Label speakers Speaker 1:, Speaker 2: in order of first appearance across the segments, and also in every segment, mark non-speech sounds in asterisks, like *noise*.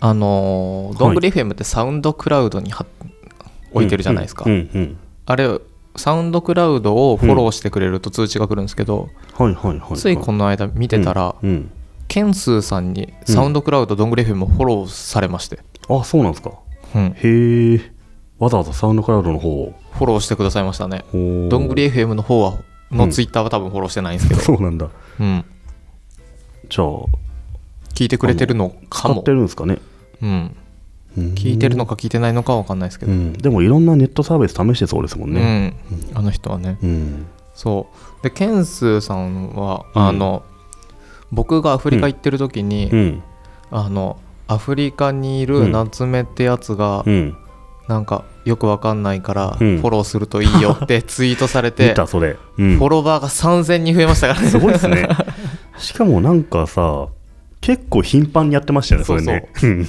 Speaker 1: あのー、どんぐり FM ってサウンドクラウドには置いてるじゃないですか、
Speaker 2: うんうん
Speaker 1: あれサウンドクラウドをフォローしてくれると通知が来るんですけど、
Speaker 2: うんはいはいはいはい
Speaker 1: ついこの間見てたら、
Speaker 2: うん
Speaker 1: ケンスーさんにサウンドクラウドどんぐり FM をフォローされまして、
Speaker 2: あそうなんですか
Speaker 1: うん、
Speaker 2: へえわざわざサウンドクラウドの方を
Speaker 1: フォローしてくださいましたね
Speaker 2: ほう
Speaker 1: どんぐり FM の方はのツイッターは多分フォローしてないんですけど、
Speaker 2: *laughs* そうなんだ
Speaker 1: うん
Speaker 2: じゃあ
Speaker 1: 聞いてくれてるのか
Speaker 2: 使っ
Speaker 1: も
Speaker 2: て、るんですかね
Speaker 1: うん、
Speaker 2: うん
Speaker 1: 聞いてるのか聞いてないのかは分かんないですけ
Speaker 2: う
Speaker 1: ど、
Speaker 2: んでもいろんなネットサービス試してそうですもん
Speaker 1: うん
Speaker 2: ね
Speaker 1: あの人はね
Speaker 2: うん
Speaker 1: そうでケンスーさんは、
Speaker 2: うん
Speaker 1: あの僕がアフリカ行ってる時に、
Speaker 2: うん
Speaker 1: あのアフリカにいる夏目ってやつが、
Speaker 2: うん
Speaker 1: なんかよくわかんないから、
Speaker 2: うん
Speaker 1: フォローするといいよ
Speaker 2: *laughs*
Speaker 1: ってツイートされて
Speaker 2: 見たそれうん
Speaker 1: フォロワーが3000人増えましたからね
Speaker 2: すごいですねしかもなんかさ結構頻繁にやってましたよねそれねうん
Speaker 1: *laughs*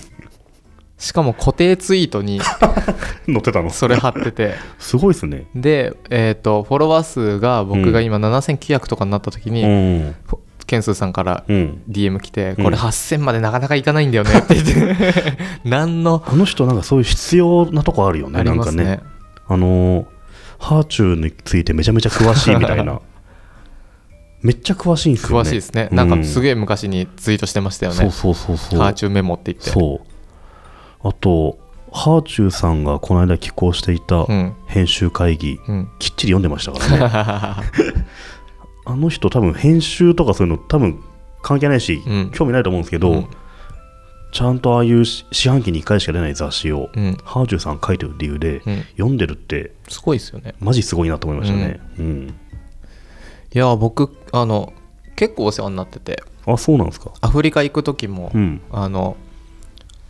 Speaker 1: しかも固定ツイートに
Speaker 2: *laughs* 載ってたの
Speaker 1: それ貼って
Speaker 2: *laughs*
Speaker 1: て
Speaker 2: すごいですね
Speaker 1: で、えー、とフォロワー数が僕が今7900とかになった時に、
Speaker 2: うん
Speaker 1: フォケンスーさんから
Speaker 2: うん
Speaker 1: DM 来て、
Speaker 2: うん
Speaker 1: これ8000までなかなかいかないんだよねって言って
Speaker 2: *laughs*
Speaker 1: 何の
Speaker 2: あの人なんかそういう必要なとこあるよね
Speaker 1: あり
Speaker 2: なん
Speaker 1: ま
Speaker 2: か
Speaker 1: す
Speaker 2: ね
Speaker 1: ね
Speaker 2: あのーハーチューについてめちゃめちゃ詳しいみた
Speaker 1: *laughs*
Speaker 2: いなめっちゃ詳しいんですよね
Speaker 1: 詳しいですねなんかす
Speaker 2: え
Speaker 1: げえ昔にツイートしてましたよね、
Speaker 2: そうそうそうそう
Speaker 1: ハーチューメモって言って
Speaker 2: そうあとハーチューさんがこの間寄稿していた
Speaker 1: うん
Speaker 2: 編集会議、
Speaker 1: うん *laughs*
Speaker 2: きっちり読んでましたからねあの人多分編集とかそういうの多分関係ないし、
Speaker 1: うん
Speaker 2: 興味ないと思うんですけど、
Speaker 1: うん
Speaker 2: ちゃんとああいうし四半期に1回しか出ない雑誌を、
Speaker 1: うん
Speaker 2: ハージュさん書いてる理由で、
Speaker 1: うん
Speaker 2: 読んでるって
Speaker 1: すごいですよね
Speaker 2: マジすごいなと思いましたね。うん
Speaker 1: いや僕あの結構お世話になってて
Speaker 2: あそうなんですか。
Speaker 1: アフリカ行く時も、
Speaker 2: うん、
Speaker 1: あの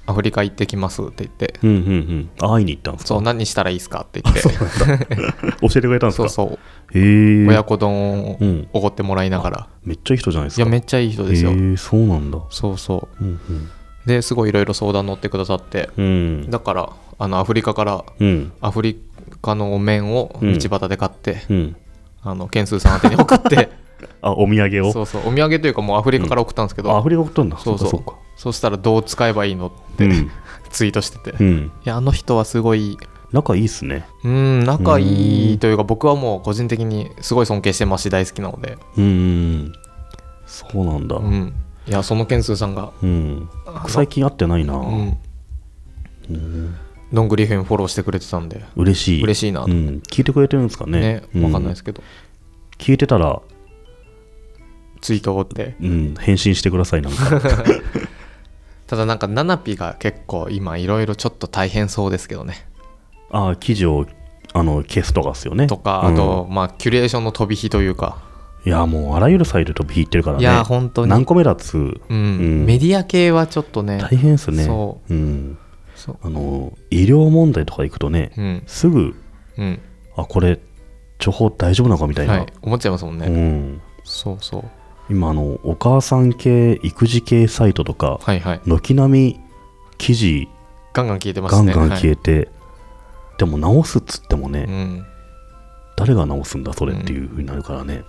Speaker 1: アフリカ行ってきますって言って
Speaker 2: うんうんうんあ会いに行ったんですか
Speaker 1: そう何したらいいですかって言ってそう
Speaker 2: 教えてくれたんです
Speaker 1: そう
Speaker 2: か
Speaker 1: そう
Speaker 2: へえ
Speaker 1: 親子丼を
Speaker 2: うん
Speaker 1: おごってもらいながら、
Speaker 2: めっちゃいい人じゃないです
Speaker 1: い
Speaker 2: か
Speaker 1: やめっちゃいい人ですよ、
Speaker 2: へえそうなんだ
Speaker 1: そうそ
Speaker 2: うん
Speaker 1: うですごいいろいろ相談乗ってくださって
Speaker 2: うんうん
Speaker 1: だからあのアフリカから
Speaker 2: うん
Speaker 1: アフリカのお面を道端で買って、
Speaker 2: うん
Speaker 1: あのケンスーさん宛てに送って
Speaker 2: *laughs* あお土産を
Speaker 1: そうそうお土産というかもうアフリカから送ったんですけど、
Speaker 2: あアフリカ送ったんだ
Speaker 1: そうそうそ
Speaker 2: そ
Speaker 1: う
Speaker 2: かそう
Speaker 1: したらどう使えばいいのって、
Speaker 2: うん
Speaker 1: ツイートしてて、
Speaker 2: かう
Speaker 1: い
Speaker 2: ん
Speaker 1: やあの人はすごい
Speaker 2: 仲いいっすね
Speaker 1: うん仲いういというか僕はもう個人的にすごい尊敬してますし大好きなので、
Speaker 2: うんうんうんそうなんだ
Speaker 1: う、ん、いやそのケンスーさんが、
Speaker 2: うん
Speaker 1: あ、の
Speaker 2: 最近会ってないな、
Speaker 1: うん、どんぐり編フォローしてくれてたんで
Speaker 2: 嬉しい
Speaker 1: 嬉しいな
Speaker 2: う
Speaker 1: と
Speaker 2: ん、聞いてくれてるんですかね、
Speaker 1: ね分かんないですすけど、
Speaker 2: うん聞いてたら、
Speaker 1: ツイートって
Speaker 2: うん、返信してくださいな
Speaker 1: *laughs*
Speaker 2: んか
Speaker 1: ただなんかナナピが結構今いろいろちょっと大変そうですけどね
Speaker 2: あ記事をあの消すとかっすよね
Speaker 1: とかあと、、まあキュレーションの飛び火というか
Speaker 2: うんいやもうあらゆるサイト飛び引いてるからね
Speaker 1: いや本当に
Speaker 2: 何個目だっつう、
Speaker 1: うん、
Speaker 2: うん
Speaker 1: メディア系はちょっとね
Speaker 2: 大変っすね、
Speaker 1: そう
Speaker 2: ん、
Speaker 1: そう
Speaker 2: あの医療問題とか行くとね、
Speaker 1: うん
Speaker 2: すぐ
Speaker 1: うん
Speaker 2: あこれ情報大丈夫なのかみたいな、
Speaker 1: はい思っちゃいますもんね、
Speaker 2: うん、
Speaker 1: そうそう
Speaker 2: 今あのお母さん系育児系サイトとか
Speaker 1: はいはい
Speaker 2: 軒並み記事
Speaker 1: ガンガン消えてま
Speaker 2: ガ
Speaker 1: す
Speaker 2: ン
Speaker 1: ね
Speaker 2: ガン消
Speaker 1: え
Speaker 2: えて、でも直すっつってもね、
Speaker 1: て、はいうん
Speaker 2: 誰が直すんだそれっていう風になるからね、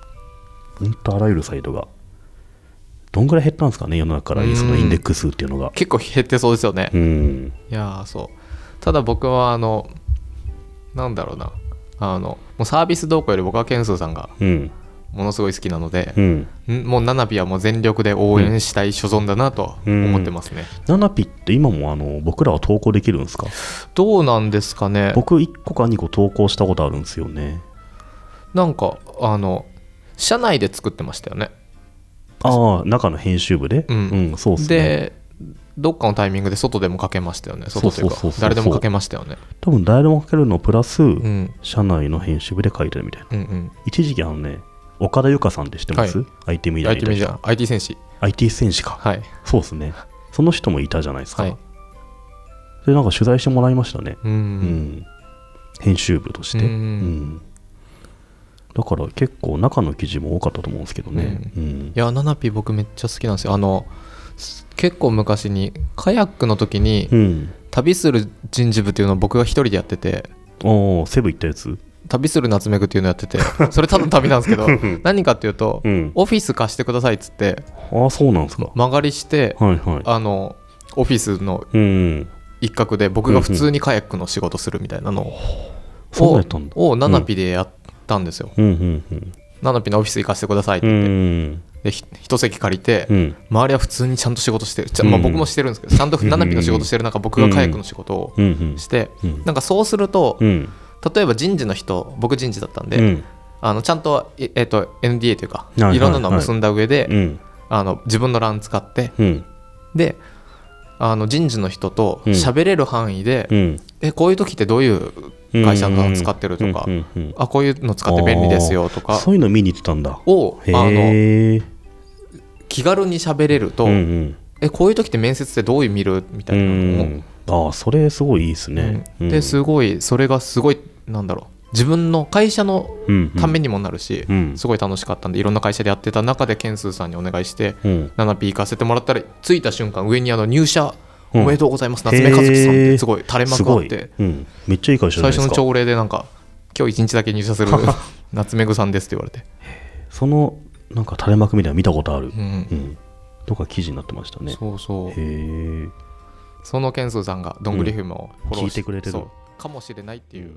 Speaker 2: ほんとあらゆるサイトがどんぐらい減ったんですかね世の中か
Speaker 1: う
Speaker 2: ら
Speaker 1: ん
Speaker 2: そのインデックスっていうのが
Speaker 1: 結構減ってそうですよね、
Speaker 2: うん、
Speaker 1: いやーそうただ僕はあのなんだろうなあのもうサービス動向より僕はケンスーさんが
Speaker 2: うん
Speaker 1: ものすごい好きなので
Speaker 2: う、ん
Speaker 1: んもうナナピはもう全力で応援したい所存だなと思ってますね、
Speaker 2: ナナピって今もあの僕らは投稿できるんですか
Speaker 1: どうなんですかね
Speaker 2: 僕1個か2個投稿したことあるんですよね
Speaker 1: なんかあの社内で作ってましたよね
Speaker 2: ああ中の編集部で
Speaker 1: う
Speaker 2: うんん、そうっすね
Speaker 1: でどっかのタイミングで外でもかけましたよね外というか
Speaker 2: そうそうそうそう
Speaker 1: 誰でもかけましたよね、
Speaker 2: 多分誰でも書けるのプラス、
Speaker 1: うん、
Speaker 2: 社内の編集部で書いてるみたいな
Speaker 1: うんうん
Speaker 2: 一時期あのね岡田由香さんって知ってます、
Speaker 1: は
Speaker 2: IT メディア
Speaker 1: IT
Speaker 2: に
Speaker 1: メ
Speaker 2: いた
Speaker 1: ディ
Speaker 2: 人
Speaker 1: ア IT 戦士
Speaker 2: IT 戦士か
Speaker 1: はい
Speaker 2: そうですねその人もいたじゃないですか、
Speaker 1: はい
Speaker 2: でなんか取材してもらいましたね、
Speaker 1: う
Speaker 2: うん
Speaker 1: ん
Speaker 2: 編集部として、
Speaker 1: うん
Speaker 2: うんだから結構中の記事も多かったと思うんですけどね、うん
Speaker 1: いやナナピ僕めっちゃ好きなんですよあのす結構昔にカヤックの時に
Speaker 2: うん
Speaker 1: 旅する人事部っていうのを僕が一人でやってて
Speaker 2: おーセブ行ったやつ
Speaker 1: 旅する夏目くっていうのやって *laughs* てそれただの旅なんですけど
Speaker 2: *laughs*
Speaker 1: 何かっていうと、
Speaker 2: うん
Speaker 1: オフィス貸してくださいっつって
Speaker 2: ああそうなんですか、
Speaker 1: 曲がりして、
Speaker 2: はいはい
Speaker 1: あのオフィスの
Speaker 2: うん。
Speaker 1: 一角で僕が普通にカヤックの仕事するみたいなのを,、
Speaker 2: そうやったんだ。
Speaker 1: をナナピでやったんですよ、
Speaker 2: うんうんうん。
Speaker 1: ナナピのオフィス行かせてくださいって
Speaker 2: う
Speaker 1: 言って、
Speaker 2: ん。
Speaker 1: でひ一席借りて、
Speaker 2: うん。
Speaker 1: 周りは普通にちゃんと仕事してる、ちゃま
Speaker 2: う
Speaker 1: あ、
Speaker 2: ん
Speaker 1: 僕もしてるんですけどちゃんと
Speaker 2: ん
Speaker 1: ナナピの仕事してる中僕がカヤックの仕事を
Speaker 2: うんうん
Speaker 1: して、
Speaker 2: うん
Speaker 1: なんかそうすると、
Speaker 2: うん。
Speaker 1: 例えば人事の人僕人事だったんで、
Speaker 2: うん。
Speaker 1: あのちゃんと,、ええっと NDA というか、
Speaker 2: いはい
Speaker 1: いろんなのを結んだ上で、
Speaker 2: うん。
Speaker 1: あの自分の欄使って
Speaker 2: うん。
Speaker 1: であの人事の人と
Speaker 2: うん
Speaker 1: 喋れる範囲で、
Speaker 2: うん。
Speaker 1: えこういう時ってどういう会社が使ってるとか、
Speaker 2: うんうんうんうん
Speaker 1: あこういうの使って便利ですよとか
Speaker 2: そういうの見に行ってたんだ。
Speaker 1: をあの
Speaker 2: へえ。
Speaker 1: 気軽に喋れると、
Speaker 2: うんうん。
Speaker 1: えこういう時って面接ってどういう見るみた
Speaker 2: う
Speaker 1: いなのを
Speaker 2: ん。ああ、それすごいいいですね。
Speaker 1: うん
Speaker 2: うん
Speaker 1: ですごいそれがすごいなんだろう自分の会社の
Speaker 2: うんうん
Speaker 1: ためにもなるし、
Speaker 2: うん
Speaker 1: すごい楽しかったんでいろんな会社でやってた中でケンスーさんにお願いして、
Speaker 2: うん。
Speaker 1: 7P 行かせてもらったら着いた瞬間上にあの入社
Speaker 2: うん
Speaker 1: おめでとうございます、夏目和樹さんってすごい垂れ
Speaker 2: す
Speaker 1: 幕があ
Speaker 2: ご
Speaker 1: っ
Speaker 2: い
Speaker 1: て。
Speaker 2: うん。めっちゃいい会社じ
Speaker 1: 最
Speaker 2: ゃない
Speaker 1: 初
Speaker 2: です
Speaker 1: の
Speaker 2: か。
Speaker 1: 朝礼でなんか今日一日だけ入社す
Speaker 2: *laughs*
Speaker 1: る夏目具さんですって言われて、
Speaker 2: その、なんか垂れ幕みたいなの見たことある
Speaker 1: う。ん
Speaker 2: うん。とか記事になってましたね。
Speaker 1: そうそう
Speaker 2: へえ。
Speaker 1: そのケンスーさんがどんぐりフムをフォロー
Speaker 2: 聞いてくれてる
Speaker 1: そうかもしれないっていう